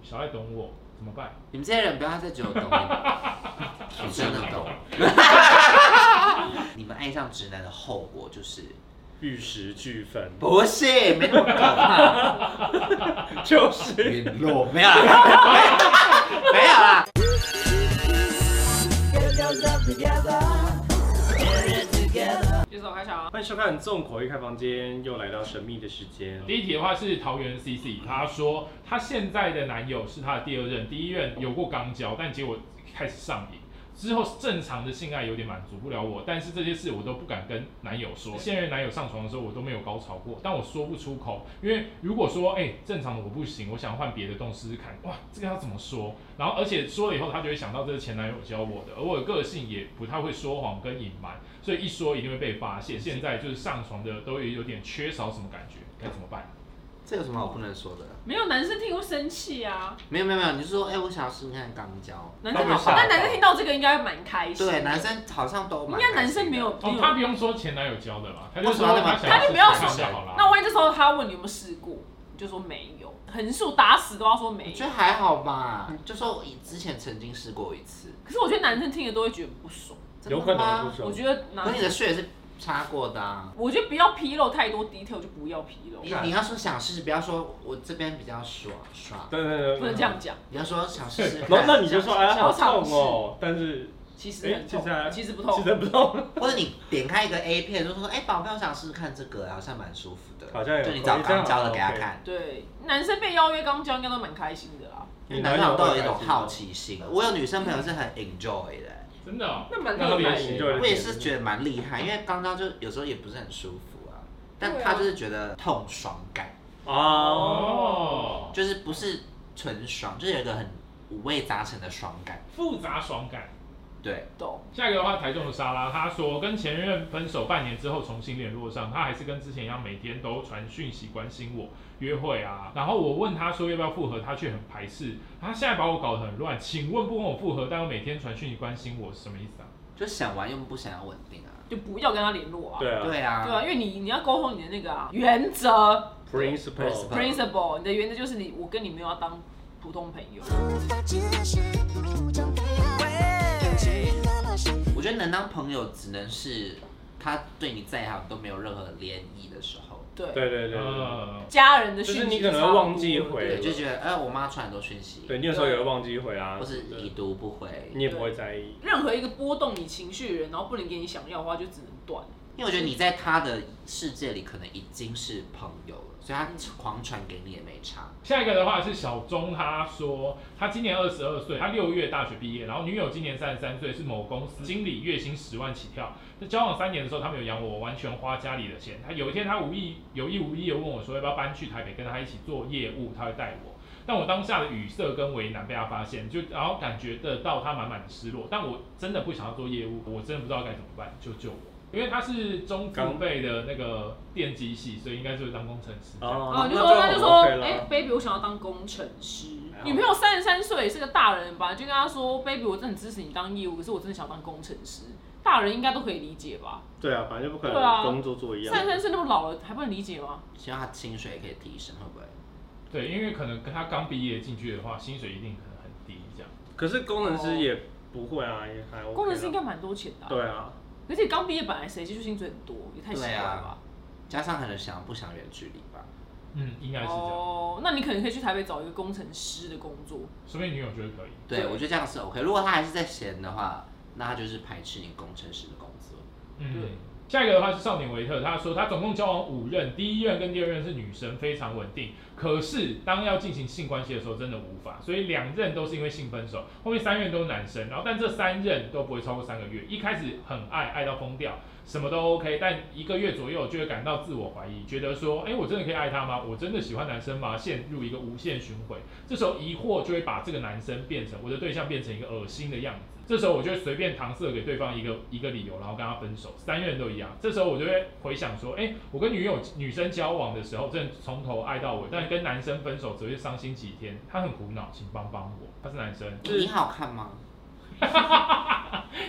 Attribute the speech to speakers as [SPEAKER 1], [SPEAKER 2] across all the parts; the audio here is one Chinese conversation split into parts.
[SPEAKER 1] 小爱懂我，怎么办？
[SPEAKER 2] 你们这些人不要再觉得我懂你们，我真的懂。你们爱上直男的后果就是
[SPEAKER 3] 玉石俱焚，
[SPEAKER 2] 不是没那么可怕，
[SPEAKER 3] 就是
[SPEAKER 2] 陨落没有啦，没有啦。
[SPEAKER 4] 一首开场，
[SPEAKER 3] 欢迎收看《重口一开房间》，又来到神秘的时间。
[SPEAKER 1] 第一题的话是桃园 CC，她说她现在的男友是她的第二任，第一任有过肛交，但结果开始上瘾。之后正常的性爱有点满足不了我，但是这些事我都不敢跟男友说。现任男友上床的时候我都没有高潮过，但我说不出口，因为如果说哎、正常的我不行，我想换别的动试试看，哇这个要怎么说？然后而且说了以后他就会想到这是前男友教我的，而我的个性也不太会说谎跟隐瞒，所以一说一定会被发现。现在就是上床的都有点缺少什么感觉，该怎么办？
[SPEAKER 2] 这有什么好不能说的？
[SPEAKER 4] 没有男生听会生气啊，
[SPEAKER 2] 没有没有没有，你就说哎、我想要试试看肛交。
[SPEAKER 4] 男生
[SPEAKER 3] 他们
[SPEAKER 4] 好，
[SPEAKER 3] 吓到
[SPEAKER 4] 但男生听到这个应该蛮开心。
[SPEAKER 2] 对，男，生好像都
[SPEAKER 4] 应
[SPEAKER 2] 蛮
[SPEAKER 4] 该男
[SPEAKER 2] 开心
[SPEAKER 4] 生
[SPEAKER 2] 的
[SPEAKER 4] 没有，，
[SPEAKER 1] 哦
[SPEAKER 4] 没，
[SPEAKER 1] 他不
[SPEAKER 4] 有。
[SPEAKER 1] 用说前男友教的啦，他就说
[SPEAKER 2] 为什么
[SPEAKER 1] 他
[SPEAKER 2] 他
[SPEAKER 1] 想
[SPEAKER 2] 干嘛
[SPEAKER 4] 他就不要
[SPEAKER 1] 试试
[SPEAKER 2] 说
[SPEAKER 1] 看就好啦。
[SPEAKER 4] 那万一这时候他问你有没有试过，你就说没有，横竖打死都要说
[SPEAKER 2] 我
[SPEAKER 4] 没
[SPEAKER 2] 觉
[SPEAKER 4] 有
[SPEAKER 2] 得。还好吧。就说我之前曾经试过一次，
[SPEAKER 4] 可是我觉得男生听了都会觉得不爽，
[SPEAKER 2] 真的
[SPEAKER 3] 有可能
[SPEAKER 2] 吗
[SPEAKER 3] 不？
[SPEAKER 4] 我
[SPEAKER 3] 熟，
[SPEAKER 4] 觉得男
[SPEAKER 2] 可你的
[SPEAKER 4] 生，
[SPEAKER 2] 血是擦过的啊。
[SPEAKER 4] 我觉得不要披露太多 detail，就不要披露，
[SPEAKER 2] 你你要说想试试，不要说我这边比较爽爽，
[SPEAKER 3] 对对对，
[SPEAKER 4] 不能这样讲。
[SPEAKER 2] 你要说想试试看，
[SPEAKER 3] 然后 那你就说哎，
[SPEAKER 4] 想
[SPEAKER 3] 好
[SPEAKER 4] 要尝
[SPEAKER 3] 痛
[SPEAKER 4] 试
[SPEAKER 3] 哦，但是
[SPEAKER 4] 其实
[SPEAKER 3] 哎
[SPEAKER 4] 很，
[SPEAKER 3] 其实
[SPEAKER 4] 痛，
[SPEAKER 3] 还
[SPEAKER 4] 其实不
[SPEAKER 3] 其
[SPEAKER 4] 痛。
[SPEAKER 3] 实不 痛，
[SPEAKER 2] 或者你点开一个 A 片，就说哎宝贝，我想试试看这个，好像蛮舒服的，
[SPEAKER 3] 好像有
[SPEAKER 2] 就你找刚交的给他看，
[SPEAKER 4] 对，男生被邀约刚交应该都蛮开心的啦。
[SPEAKER 2] 因为男生都有一种好，奇心。我有女生朋友是很 enjoy 的，
[SPEAKER 1] 真的、哦，
[SPEAKER 4] 那蛮
[SPEAKER 1] 特别
[SPEAKER 4] 厉害
[SPEAKER 1] 喜
[SPEAKER 3] 的
[SPEAKER 1] 欢
[SPEAKER 2] 我也是觉得蛮厉害，因为刚刚就有时候也不是很舒服啊，但
[SPEAKER 4] 对啊
[SPEAKER 2] 她就是觉得痛爽感，
[SPEAKER 3] 哦，
[SPEAKER 1] 哦，
[SPEAKER 2] 就是不是纯爽，就是有一个很五味杂陈的爽感，
[SPEAKER 1] 复杂爽感。
[SPEAKER 2] 对，
[SPEAKER 4] 懂，
[SPEAKER 1] 下一个的话，台中的莎拉，她说跟前任分手半年之后重新联络上，她还是跟之前一样，每天都传讯息关心我、约会啊。然后我问她说要不要复合，她却很排斥。她现在把我搞得很乱，请问不跟我复合，但又每天传讯息关心我，是什么意思啊？
[SPEAKER 2] 就想玩又不想要稳定啊，
[SPEAKER 4] 就不要跟他联络啊。
[SPEAKER 3] 对啊
[SPEAKER 2] 对啊，
[SPEAKER 4] 对啊，因为你你要沟通你的那个啊原则，
[SPEAKER 3] ，principle，
[SPEAKER 2] Principle
[SPEAKER 4] principle，你的原则就是你，我跟你没有要当普通朋友。
[SPEAKER 5] 只是一路中飞啊。
[SPEAKER 2] 我觉得能当朋友只能是他对你再好都没有任何涟漪的时候，
[SPEAKER 4] 对，
[SPEAKER 3] 对对对
[SPEAKER 4] 嗯
[SPEAKER 3] 对，
[SPEAKER 1] 呃，
[SPEAKER 4] 家人的
[SPEAKER 3] 就是
[SPEAKER 4] 讯息
[SPEAKER 3] 你可能
[SPEAKER 4] 差不多
[SPEAKER 3] 忘记回
[SPEAKER 2] 对，
[SPEAKER 3] 了
[SPEAKER 2] 就觉得哎、我妈传很多讯息，
[SPEAKER 3] 对，你有时候也会忘记回啊，
[SPEAKER 2] 或是已读不回，
[SPEAKER 3] 你也不会在意，
[SPEAKER 4] 任何一个波动你情绪的人，然后不能给你想要的话，就只能断。
[SPEAKER 2] 因为我觉得你在他的世界里可能已经是朋友了，所以他狂传给你也没差。
[SPEAKER 1] 下一个的话是小钟，他说他今年二十二岁，他六月大学毕业，然后女友今年三十三岁，是某公司经理，月薪十万起跳。在交往三年的时候，他没有养我，我完全花家里的钱。他有一天他无意有意无意的问我说要不要搬去台北跟他一起做业务，他会带我。但我当下的语塞跟为难被他发现，就然后感觉得到他满满的失落。但我真的不想要做业务，我真的不知道该怎么办，救救我！因为他是中付费的那个电机系，所以应该就是当工程师这样。
[SPEAKER 4] 啊，
[SPEAKER 3] 哦
[SPEAKER 4] 就说他就说，
[SPEAKER 3] OK
[SPEAKER 4] 哎
[SPEAKER 3] 了，
[SPEAKER 4] ，baby，我想要当工程师。
[SPEAKER 3] 好
[SPEAKER 4] 女朋友三十三岁，是个大人吧？就跟他说，baby，我真的很支持你当业务，可是我真的想当工程师。大人应该都可以理解吧？
[SPEAKER 3] 对啊，反正就不可
[SPEAKER 4] 对
[SPEAKER 3] 能
[SPEAKER 4] 啊
[SPEAKER 3] 工作做一样，
[SPEAKER 4] 三十三岁那么老了，还不能理解吗？
[SPEAKER 2] 希望他薪水也可以提升，会不会？
[SPEAKER 1] 对，因为可能跟他刚毕业进去的话，薪水一定可能很低，这样。
[SPEAKER 3] 可是工程师也不会啊，也还 OK 啦
[SPEAKER 4] 哦工程师应该蛮多钱的啊。
[SPEAKER 3] 对啊，
[SPEAKER 4] 而且刚毕业本来谁接触薪水很多，也太奇怪
[SPEAKER 2] 对
[SPEAKER 4] 了
[SPEAKER 2] 啊
[SPEAKER 4] 吧？
[SPEAKER 2] 加上可能想不想远距离吧，
[SPEAKER 1] 嗯，应该是这样。
[SPEAKER 4] 哦，那你可能可以去台北找一个工程师的工作。
[SPEAKER 1] 说明女友觉得可以。
[SPEAKER 2] 对
[SPEAKER 4] 对
[SPEAKER 2] 我觉得这样是 OK。如果他还是在闲的话，那他就是排斥你工程师的工作。
[SPEAKER 1] 嗯
[SPEAKER 4] 对。
[SPEAKER 1] 下一个的话是少年维特，他说他总共交往五任，第一任跟第二任是女生，非常稳定。可是当要进行性关系的时候，真的无法，所以两任都是因为性分手，后面三任都是男生。然后但这三任都不会超过三个月，一开始很爱，爱到疯掉，什么都 OK，但一个月左右就会感到自我怀疑，觉得说，哎、我真的可以爱他吗？我真的喜欢男生吗？陷入一个无限循环。这时候疑惑就会把这个男生变成我的对象，变成一个恶心的样子。这时候我就会随便搪塞给对方一个一个理由，然后跟他分手。三个人都一样。这时候我就会回想说，哎、我跟女友女生交往的时候，真的从头爱到尾，但跟男生分手只会伤心几天。他很苦恼，请帮帮我。他是男生，
[SPEAKER 2] 你好看吗？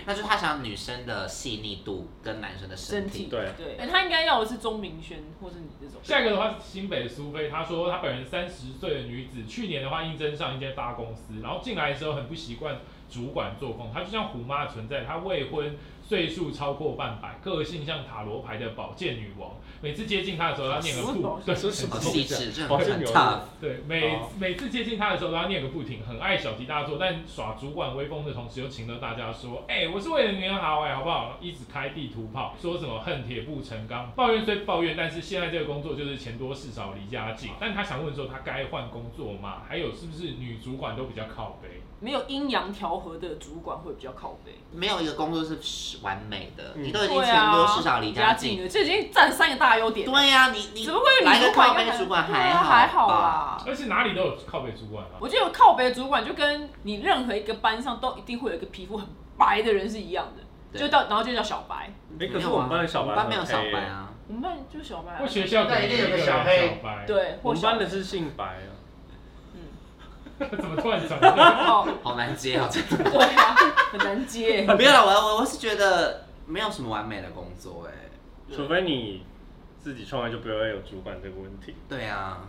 [SPEAKER 2] 那就是他想要女生的细腻度跟男生的身
[SPEAKER 4] 身
[SPEAKER 2] 体
[SPEAKER 4] 体
[SPEAKER 3] 对
[SPEAKER 1] 啊
[SPEAKER 4] 对，哎他应该要的是钟明轩或是你这种。
[SPEAKER 1] 下一个的话是新北苏菲，她说她本人三十岁的女子，去年的话应征上一间大公司，然后进来的时候很不习惯主管作风，她就像虎妈的存在，她未婚，岁数超过半百，个性像塔罗牌的宝剑女王，每次接近她的时候，她念个
[SPEAKER 4] 什么
[SPEAKER 1] 不
[SPEAKER 4] 宝，
[SPEAKER 1] 对，
[SPEAKER 3] 这是什
[SPEAKER 2] 好
[SPEAKER 3] 么
[SPEAKER 2] 哦
[SPEAKER 3] 啊
[SPEAKER 2] 细致，这
[SPEAKER 3] 好
[SPEAKER 2] 很
[SPEAKER 3] 像
[SPEAKER 2] 很
[SPEAKER 3] 有
[SPEAKER 2] tough。
[SPEAKER 1] 对，每、
[SPEAKER 3] 哦
[SPEAKER 1] 每次接近他的时候，都要念个不停，很爱小题大做，但耍主管威风的同时，又请了大家说：“哎、我是为了你们好、哎，好不好？”一直开地图炮，说什么恨铁不成钢，抱怨虽抱怨，但是现在这个工作就是钱多事少，离家近。但他想问说，他该换工作吗？还有是不是女主管都比较靠 背？
[SPEAKER 4] 没有阴阳调和的主管会比较靠背。
[SPEAKER 2] 没有一个工作是完美的，
[SPEAKER 3] 嗯
[SPEAKER 2] 你都已经钱多事少离
[SPEAKER 4] 家
[SPEAKER 2] 家近。
[SPEAKER 4] 了，这已经占三个大优点。
[SPEAKER 2] 对呀、你你
[SPEAKER 4] 只不过有
[SPEAKER 2] 来
[SPEAKER 4] 女
[SPEAKER 2] 个
[SPEAKER 4] 主管
[SPEAKER 2] 靠背
[SPEAKER 4] 跟
[SPEAKER 2] 主管
[SPEAKER 4] 对啊
[SPEAKER 2] 好还
[SPEAKER 4] 还好。啦。
[SPEAKER 1] 而且哪里都有靠背主管啊。
[SPEAKER 4] 我觉得有靠背的主管就跟你任何一个班上都一定会有一个皮肤很白的人是一样的，
[SPEAKER 2] 对
[SPEAKER 4] 就到然后就叫小白。
[SPEAKER 3] 哎，可
[SPEAKER 2] 没
[SPEAKER 3] 是
[SPEAKER 2] 有啊
[SPEAKER 3] 我们班的小白，哎
[SPEAKER 2] 我们班没有小白，啊，
[SPEAKER 4] 我们班就是小白啊、
[SPEAKER 1] 或学校可能有一个人小白，，
[SPEAKER 4] 对，
[SPEAKER 3] 我
[SPEAKER 4] 或
[SPEAKER 3] 们
[SPEAKER 4] 小
[SPEAKER 3] 班的是姓白啊。
[SPEAKER 4] 嗯，
[SPEAKER 1] 怎么突然转到？
[SPEAKER 4] 哦，
[SPEAKER 2] 好难接 哦。真
[SPEAKER 4] 对啊，很难接。
[SPEAKER 2] 的没有啦，我我我是觉得没有什么完美的工作哎、
[SPEAKER 3] 除非你自己创业，就不会有主管这个问题。
[SPEAKER 2] 对啊，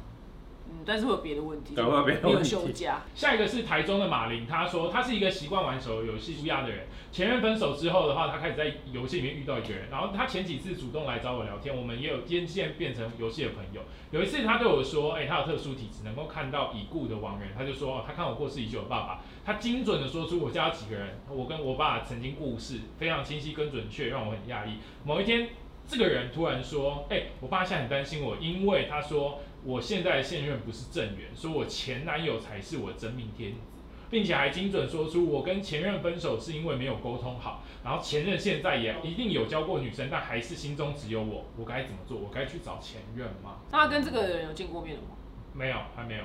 [SPEAKER 4] 嗯，但是会有别的问题，
[SPEAKER 3] 对会有别的
[SPEAKER 4] 没有
[SPEAKER 3] 问题
[SPEAKER 4] 休假，
[SPEAKER 1] 下一个是台中的马林，他说他是一个习惯玩手游游戏舒压的人。前任分手之后的话，他开始在游戏里面遇到一个人，然后他前几次主动来找我聊天，我们也有渐渐变成游戏的朋友。有一次他对我说，哎、他有特殊体质，能够看到已故的亡人，他就说，哦，他看我过世已久的爸爸，他精准的说出我家有几个人，我跟我爸曾经故事，非常清晰跟准确，让我很讶异。某一天，这个人突然说，哎、我爸现在很担心我，因为他说我现在的现任不是正缘，说我前男友才是我真命天子，并且还精准说出我跟前任分手是因为没有沟通好，然后前任现在也一定有交过女生，但还是心中只有我，我该怎么做？我该去找前任吗？
[SPEAKER 4] 那他跟这个人有见过面了吗？
[SPEAKER 1] 没有，还没有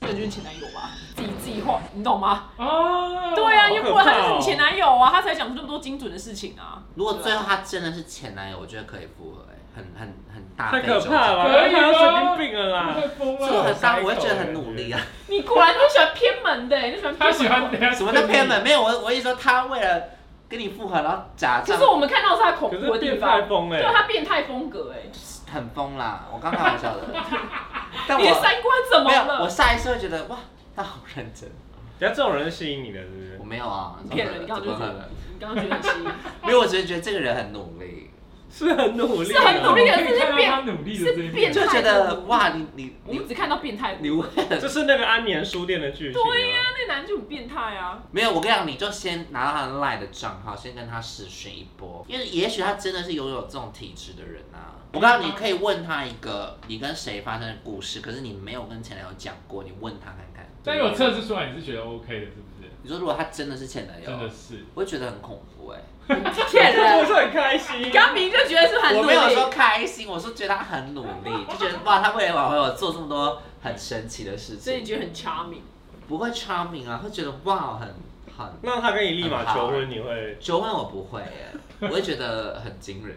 [SPEAKER 4] 这个就是前男友吧，自己自己画，你懂吗？
[SPEAKER 1] 啊
[SPEAKER 4] 对啊，要不
[SPEAKER 3] 好
[SPEAKER 4] 然他就是
[SPEAKER 3] 可怕哦
[SPEAKER 4] 你前男友啊，他才讲出那么多精准的事情啊。
[SPEAKER 2] 如果最后他真的是前男友，我觉得可以复合哎、很很很大
[SPEAKER 3] 太
[SPEAKER 2] 费
[SPEAKER 3] 可
[SPEAKER 2] 周
[SPEAKER 3] 怕
[SPEAKER 2] 章
[SPEAKER 3] 了吧，
[SPEAKER 1] 可以
[SPEAKER 3] 他有
[SPEAKER 1] 吗
[SPEAKER 3] 神经病啊了啦！
[SPEAKER 1] 太疯
[SPEAKER 2] 所以我
[SPEAKER 1] 了
[SPEAKER 2] 很，大，我会觉得很努力啊。
[SPEAKER 4] 你果然就喜欢偏门的、欸你喜欢偏门
[SPEAKER 1] 他喜欢等下
[SPEAKER 2] 什么叫偏门？没有，我我意思说他为了跟你复合，然后假
[SPEAKER 4] 可
[SPEAKER 2] 装
[SPEAKER 4] 是我们看到的是他恐
[SPEAKER 3] 可
[SPEAKER 4] 怖的
[SPEAKER 3] 是
[SPEAKER 4] 地
[SPEAKER 3] 变
[SPEAKER 4] 方
[SPEAKER 3] 态，风哎
[SPEAKER 4] 对，啊他变态风格哎、
[SPEAKER 2] 很疯啦，我刚开玩笑的。但
[SPEAKER 4] 你的
[SPEAKER 2] 我
[SPEAKER 4] 三观怎么
[SPEAKER 2] 没有，我
[SPEAKER 4] 了？
[SPEAKER 2] 下一次会觉得哇，他好认真。
[SPEAKER 3] 等下这种人是吸引你的，是不是
[SPEAKER 2] 我？没有啊，
[SPEAKER 4] 你骗人！你刚刚就
[SPEAKER 2] 怎么
[SPEAKER 4] 觉
[SPEAKER 2] 可能
[SPEAKER 4] 得，你刚刚觉得 很奇怪
[SPEAKER 2] 没有，我只是觉得这个人很努力，
[SPEAKER 3] 是很努力
[SPEAKER 4] 是
[SPEAKER 3] 啊，
[SPEAKER 4] 很努力的
[SPEAKER 1] 可以看到他努力的这一
[SPEAKER 4] 是变
[SPEAKER 1] 面
[SPEAKER 4] 态。
[SPEAKER 2] 就觉得哇，你你
[SPEAKER 4] 我们
[SPEAKER 2] 你
[SPEAKER 4] 只看到变态风
[SPEAKER 2] 你
[SPEAKER 4] 格，
[SPEAKER 2] 为了
[SPEAKER 3] 这是那个安眠书店的剧情、啊。
[SPEAKER 4] 对呀、那男就很变态啊。
[SPEAKER 2] 没有，我跟你讲，你就先拿到他的 LINE 的账号，先跟他试训一波，因为也许他真的是拥有这种体质的人啊。
[SPEAKER 4] 嗯
[SPEAKER 2] 我告诉你，可以问他一个你跟谁发生的故事，可是你没有跟前男友讲过，你问他看看。
[SPEAKER 1] 但有测试出来，你是觉得 OK 的，是不是？
[SPEAKER 2] 你说如果他真的是前男友，
[SPEAKER 1] 真的是，
[SPEAKER 2] 我会觉得很恐怖哎、
[SPEAKER 4] 骗
[SPEAKER 3] 这不
[SPEAKER 4] 人！
[SPEAKER 3] 是很开心？啊
[SPEAKER 4] 你刚明明就觉得是很努
[SPEAKER 2] 我
[SPEAKER 4] 力，
[SPEAKER 2] 没有说开心，我是觉得他很努 力，就觉得哇，他为了挽回我做这么多很神奇的事情。
[SPEAKER 4] 所以你觉得很 charming。
[SPEAKER 2] 不会 charming 啊，会觉得哇很很。
[SPEAKER 3] 那他跟你立马求婚，你 会？
[SPEAKER 2] 九问我不会耶，我会觉得很惊人。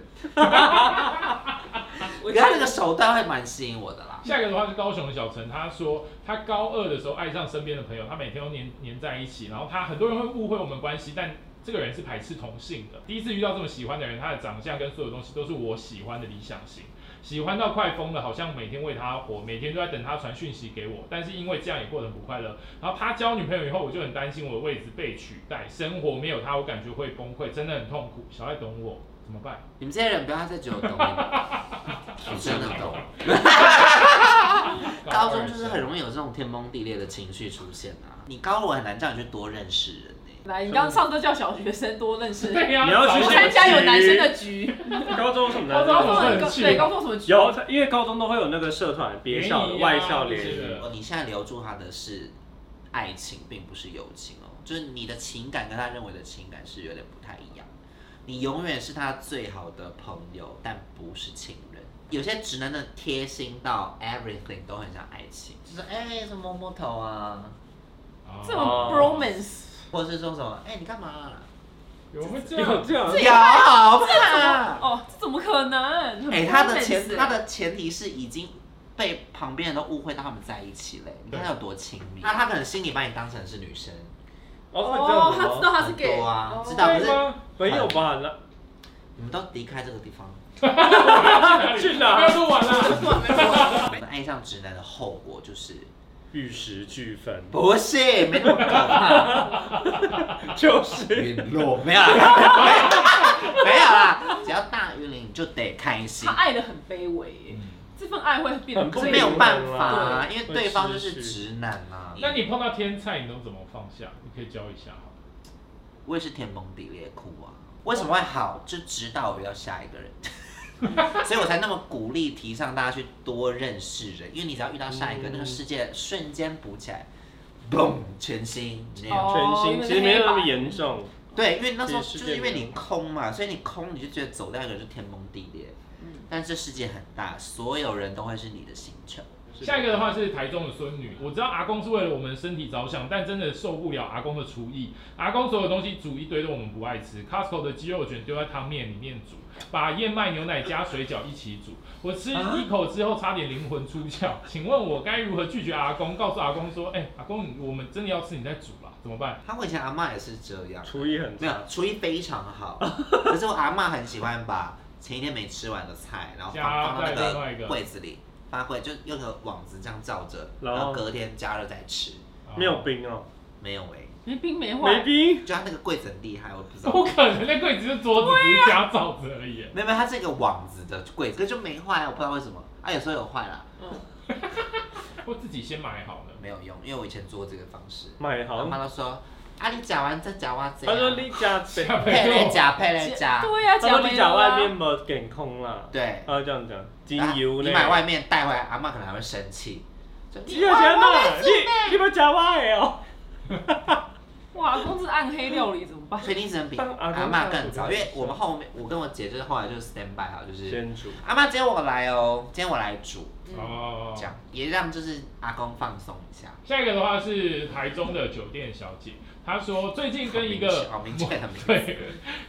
[SPEAKER 4] 我
[SPEAKER 2] 可是他那个手段会蛮吸引我的啦。
[SPEAKER 1] 下一个的话是高雄的小陈，他说他高二的时候爱上身边的朋友，他每天都黏黏在一起，然后他很多人会误会我们关系，但这个人是排斥同性的。第一次遇到这么喜欢的人，他的长相跟所有东西都是我喜欢的理想型，喜欢到快疯了，好像每天为他活，每天都在等他传讯息给我，但是因为这样也过得很不快乐。然后他交女朋友以后，我就很担心我的位置被取代，生活没有他，我感觉会崩溃，真的很痛苦。小爱懂我，怎么办？
[SPEAKER 2] 你们这些人不要再觉得我懂你们， 我真的懂。高中就是很容易有这种天崩地裂的情绪出现啊。你高我很难叫你去多认识人欸呢、
[SPEAKER 4] 来，你刚刚上次都叫小学生多认 识，
[SPEAKER 1] 对呀，
[SPEAKER 3] 你要去
[SPEAKER 1] 早
[SPEAKER 4] 我
[SPEAKER 1] 就
[SPEAKER 4] 参加有男生的局，
[SPEAKER 3] 高中有什么
[SPEAKER 1] 高
[SPEAKER 3] 难
[SPEAKER 1] 中
[SPEAKER 4] 高
[SPEAKER 1] 有
[SPEAKER 4] 中
[SPEAKER 1] 什么
[SPEAKER 3] 度？
[SPEAKER 4] 很高
[SPEAKER 1] 去
[SPEAKER 4] 对高中什么局？
[SPEAKER 3] 有，因为高中都会有那个社团，别校的、
[SPEAKER 1] 联谊啊
[SPEAKER 3] 外校联
[SPEAKER 1] 这些
[SPEAKER 3] 谊
[SPEAKER 1] 的。
[SPEAKER 2] 哦你现在留住他的是爱情，并不是友情哦，就是你的情感跟他认为的情感是有点不太一样。你永远是他最好的朋友，但不是情人。有些直男的贴心到 everything 都很像爱情，就是哎、什么摸摸头啊，
[SPEAKER 1] 哦
[SPEAKER 4] 这种 bromance，
[SPEAKER 2] 或者是说什么哎、你干嘛、啊？
[SPEAKER 1] 有会这
[SPEAKER 3] 有
[SPEAKER 1] 样
[SPEAKER 3] 这样？
[SPEAKER 2] 有好不
[SPEAKER 4] 这怎
[SPEAKER 1] 啊
[SPEAKER 4] 么
[SPEAKER 2] 好？
[SPEAKER 4] 哦，这怎么可能？
[SPEAKER 2] 哎、他的前
[SPEAKER 4] bromance
[SPEAKER 2] 他的前提是已经被旁边人都误会到他们在一起嘞，你看他有多亲密。那他可能心里把你当成是女生，
[SPEAKER 3] 哦，会这样
[SPEAKER 4] 哦，
[SPEAKER 3] 子
[SPEAKER 4] 他
[SPEAKER 3] 吗
[SPEAKER 4] 知道他是
[SPEAKER 2] 很
[SPEAKER 4] gay，
[SPEAKER 2] 多啊
[SPEAKER 4] 哦
[SPEAKER 2] 知道
[SPEAKER 1] 对
[SPEAKER 2] 可是
[SPEAKER 1] 吗？
[SPEAKER 3] 没有吧？那
[SPEAKER 2] 你们都离开这个地方。
[SPEAKER 3] 去
[SPEAKER 1] 不
[SPEAKER 3] 哪
[SPEAKER 1] 要？录完啦。
[SPEAKER 2] 我们爱上直男的后果就是，
[SPEAKER 3] 玉石俱焚，
[SPEAKER 2] 不是没那么可怕，
[SPEAKER 3] 就是
[SPEAKER 2] 陨落没有啦， 没有啦，只要大于零你就得开心
[SPEAKER 4] 他，爱的很卑微耶，这份爱会变得
[SPEAKER 3] 很不
[SPEAKER 4] 最
[SPEAKER 2] 没有办
[SPEAKER 3] 对
[SPEAKER 2] 法、啊，因为
[SPEAKER 3] 会
[SPEAKER 2] 对方就
[SPEAKER 3] 失
[SPEAKER 2] 是
[SPEAKER 3] 去
[SPEAKER 2] 直男啊。
[SPEAKER 1] 那你碰到天菜，你都怎么放下？你可以教一下好了。
[SPEAKER 2] 我也是天崩地裂哭啊！为什么会好？就知道我要下一个人， 所以我才那么鼓励提倡大家去多认识人，因为你只要遇到下一个，
[SPEAKER 3] 嗯
[SPEAKER 2] 那个世界瞬间补起来，嘣，全新。那样
[SPEAKER 4] 哦
[SPEAKER 3] 全
[SPEAKER 4] 因
[SPEAKER 3] 新，
[SPEAKER 4] 为
[SPEAKER 3] 其实没有那
[SPEAKER 4] 黑
[SPEAKER 3] 么
[SPEAKER 4] 白
[SPEAKER 3] 严重。
[SPEAKER 2] 对，因为那时候
[SPEAKER 3] 其
[SPEAKER 2] 就
[SPEAKER 3] 实世界
[SPEAKER 2] 是因为
[SPEAKER 3] 没有
[SPEAKER 2] 你空嘛，所以你空你就觉得走掉一个人就天崩地裂。
[SPEAKER 4] 嗯
[SPEAKER 2] 但这世界很大，所有人都会是你的星球。
[SPEAKER 1] 下一个的话是台中的孙女，我知道阿公是为了我们身体着想，但真的受不了阿公的厨艺。阿公所有东西煮一堆都我们不爱吃，Costco 的鸡肉卷丢在汤面里面煮，把燕麦牛奶加水饺一起煮。我吃一口之后差点灵魂出窍，请问我该如何拒绝阿公？告诉阿公说，哎、阿公，我们真的要吃你再煮啦，怎么办？
[SPEAKER 2] 他我以前阿嬷也是这样，
[SPEAKER 3] 厨艺很
[SPEAKER 2] 没有
[SPEAKER 3] 差，
[SPEAKER 2] 厨艺非常 好，可是我阿嬷很喜欢把前一天没吃完的菜，然后
[SPEAKER 1] 加
[SPEAKER 2] 放放到
[SPEAKER 1] 在另外一
[SPEAKER 2] 那
[SPEAKER 1] 个
[SPEAKER 2] 个柜子里，发柜就用个网子这样罩着，
[SPEAKER 3] 然后
[SPEAKER 2] 然后隔天加热再吃。
[SPEAKER 1] 啊
[SPEAKER 3] 没有，冰哦，
[SPEAKER 2] 没有哎、
[SPEAKER 4] 没冰没
[SPEAKER 3] 没
[SPEAKER 4] 坏，
[SPEAKER 3] 冰，
[SPEAKER 2] 就他那个柜子很厉害，我不知 道。
[SPEAKER 1] 不可能，那柜子是桌子，只是加罩子而已。
[SPEAKER 2] 没有没有，它是一个网子的柜子，可是就没坏啊，我不知道为什么。啊，有时候有坏啦，
[SPEAKER 4] 嗯，
[SPEAKER 1] 我自己先买好了。
[SPEAKER 2] 没有用，因为我以前做这个方式，
[SPEAKER 3] 买
[SPEAKER 2] 阿
[SPEAKER 3] 好。
[SPEAKER 2] 妈都说，啊你夹完再夹我这
[SPEAKER 3] 他说
[SPEAKER 2] 样，
[SPEAKER 3] 你家 北，
[SPEAKER 1] 下
[SPEAKER 2] 配来
[SPEAKER 1] 辈子
[SPEAKER 2] 夹配来 夹，
[SPEAKER 4] 对呀，
[SPEAKER 3] 他说
[SPEAKER 4] 没
[SPEAKER 3] 你
[SPEAKER 4] 了
[SPEAKER 3] 家
[SPEAKER 4] 啊
[SPEAKER 3] 外面没健康啦，
[SPEAKER 2] 对，
[SPEAKER 3] 他会这样讲，精
[SPEAKER 2] 然后
[SPEAKER 3] 油呢？
[SPEAKER 2] 你买外面带回来，阿妈可能还会生气。就
[SPEAKER 3] 你要加哪？你你要加外的哦。
[SPEAKER 4] 哇，公是暗黑料理怎么办？
[SPEAKER 2] 所以你只能比
[SPEAKER 3] 当阿公
[SPEAKER 2] 阿妈更早，
[SPEAKER 3] 这样子
[SPEAKER 2] 因为我们后面我跟我姐就是后来就是 stand by 好，就是
[SPEAKER 3] 先煮，
[SPEAKER 2] 阿妈今天我来哦，今天我来煮，
[SPEAKER 4] 嗯，
[SPEAKER 1] 哦
[SPEAKER 2] 这样也让就是阿公放松一下。
[SPEAKER 1] 下一个的话是台中的酒店小姐，她说最近跟一个
[SPEAKER 2] 好明 确，好明确，
[SPEAKER 1] 对，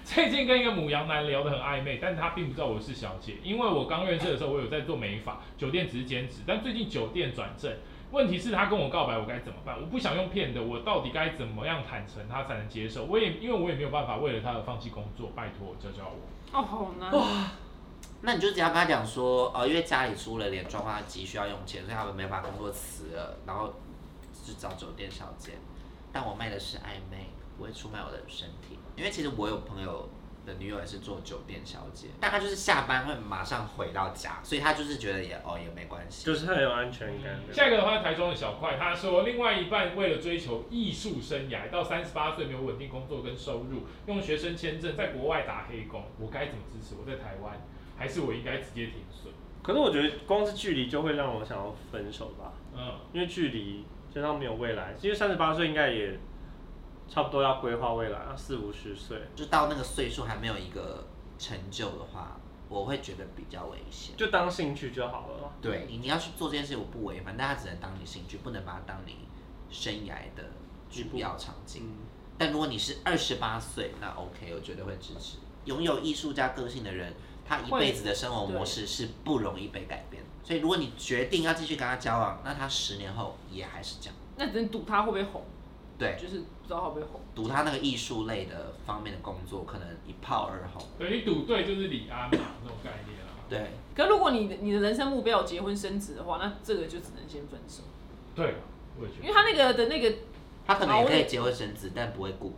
[SPEAKER 1] 最近跟一个母羊男聊得很暧昧，但是他并不知道我是小姐，因为我刚认识的时候我有在做美发，酒店只是兼职，但最近酒店转正。问题是，他跟我告白，我该怎么办？我不想用骗的，我到底该怎么样坦诚他才能接受？我也因为我也没有办法为了他而放弃工作，拜托教教我。
[SPEAKER 4] 哦，好难，
[SPEAKER 2] 那你就只要跟他讲说，呃，因为家里出了点状况，急需要用钱，所以他们没法工作辞了，然后去找酒店小姐。但我卖的是暧昧，不会出卖我的身体，因为其实我有朋友的女友也是做酒店小姐，但她就是下班会马上回到家，所以她就是觉得也哦也没关系，
[SPEAKER 3] 就是很有安全感的。
[SPEAKER 1] 下一个的话，台中的小块，他说另外一半为了追求艺术生涯，到三十八岁没有稳定工作跟收入，用学生签证在国外打黑工，我该怎么支持？我在台湾，还是我应该直接停损？
[SPEAKER 3] 可是我觉得光是距离就会让我想要分手吧，
[SPEAKER 1] 嗯。
[SPEAKER 3] 因为距离真的没有未来，因为三十八岁应该也差不多要规划未来，要四五十岁，
[SPEAKER 2] 就到那个岁数还没有一个成就的话，我会觉得比较危险。
[SPEAKER 3] 就当兴趣就好了。
[SPEAKER 2] 对，你你要去做这件事，我不违反，但它只能当你兴趣，不能把它当你生涯的主要场景。
[SPEAKER 3] 嗯，
[SPEAKER 2] 但如果你是二十八岁，那 OK，我绝对会支持。拥有艺术家个性的人，他一辈子的生活模式是不容易被改变的。所以，如果你决定要继续跟他交往，那他十年后也还是这样。
[SPEAKER 4] 那只能赌他会不会红，
[SPEAKER 2] 对，
[SPEAKER 4] 就是不知道他会不会红。
[SPEAKER 2] 读他那个艺术类的方面的工作，可能一炮而红。
[SPEAKER 1] 等于赌对就是李安嘛，那种概念啊。
[SPEAKER 2] 对，
[SPEAKER 4] 可如果你的你的人生目标有结婚生子的话，那这个就只能先分手，
[SPEAKER 1] 对，我也觉
[SPEAKER 4] 因
[SPEAKER 1] 得
[SPEAKER 4] 为他那个的那个
[SPEAKER 2] 他可能
[SPEAKER 4] 好
[SPEAKER 2] 也
[SPEAKER 4] 我
[SPEAKER 2] 可以
[SPEAKER 4] 也
[SPEAKER 2] 结婚生子，但不会顾。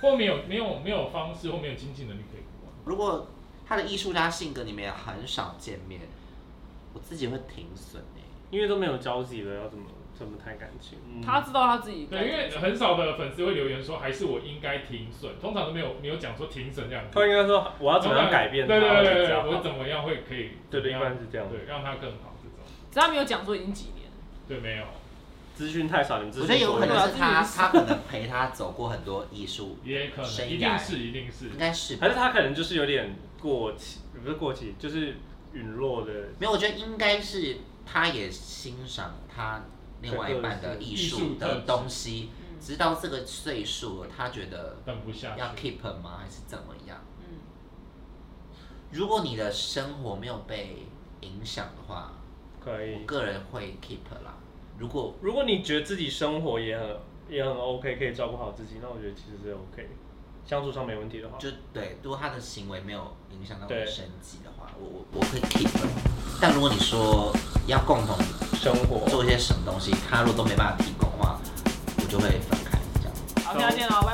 [SPEAKER 1] 后面有没有没有方式，后面有经济能力可以过。
[SPEAKER 2] 如果他的艺术家性格你们也很少见面，我自己会停损欸
[SPEAKER 3] 因为都没有交集了，要怎么怎么谈感情？嗯
[SPEAKER 4] 他知道他自己
[SPEAKER 1] 对，因为很少的粉丝会留言说，还是我应该停损，通常都没有没有讲说停损这样子。
[SPEAKER 3] 他应该说我要怎么样改变他，
[SPEAKER 1] 对对对对
[SPEAKER 3] 这
[SPEAKER 1] 对，
[SPEAKER 3] 样
[SPEAKER 1] 我怎么样会可以？
[SPEAKER 3] 对对
[SPEAKER 1] 怎
[SPEAKER 3] 一
[SPEAKER 1] 么样
[SPEAKER 3] 般是这样
[SPEAKER 1] 对，让他更好这种。
[SPEAKER 4] 只要没有讲说已经几年了，
[SPEAKER 1] 对，没有，
[SPEAKER 3] 资讯太少，你们
[SPEAKER 2] 我
[SPEAKER 3] 资
[SPEAKER 2] 觉得
[SPEAKER 3] 讯
[SPEAKER 2] 有
[SPEAKER 3] 多
[SPEAKER 2] 可能
[SPEAKER 3] 了，
[SPEAKER 2] 是他，他可能陪他走过很多艺术，
[SPEAKER 1] 也可能，
[SPEAKER 2] 谁
[SPEAKER 1] 一定
[SPEAKER 2] 敢
[SPEAKER 1] 是一定是
[SPEAKER 2] 应。该是吧
[SPEAKER 3] 还是他可能就是有点过期，不是过期，就是陨落的。
[SPEAKER 2] 没有，我觉得应该是他也欣赏他另外一半的艺术的东西，
[SPEAKER 4] 嗯
[SPEAKER 2] 直到这个岁数了，他觉得
[SPEAKER 1] 等不下
[SPEAKER 2] 要
[SPEAKER 1] 去，
[SPEAKER 2] keep 吗？还是怎么样？
[SPEAKER 4] 嗯，
[SPEAKER 2] 如果你的生活没有被影响的话，
[SPEAKER 3] 可以
[SPEAKER 2] 我。个人会 keep 啦。如果
[SPEAKER 3] 如果你觉得自己生活也很也很 OK，可以照顾好自己，那我觉得其实是 OK，相处上没问题的话，
[SPEAKER 2] 就对，如果他的行为没有影响到我的
[SPEAKER 3] 对
[SPEAKER 2] 生计的话，我我我会 keep 的。但如果你说要共同
[SPEAKER 3] 生活
[SPEAKER 2] 做一些什么东西，他如果都没办法提供的话，我就会分开这样。
[SPEAKER 4] 好，下次见了，拜拜。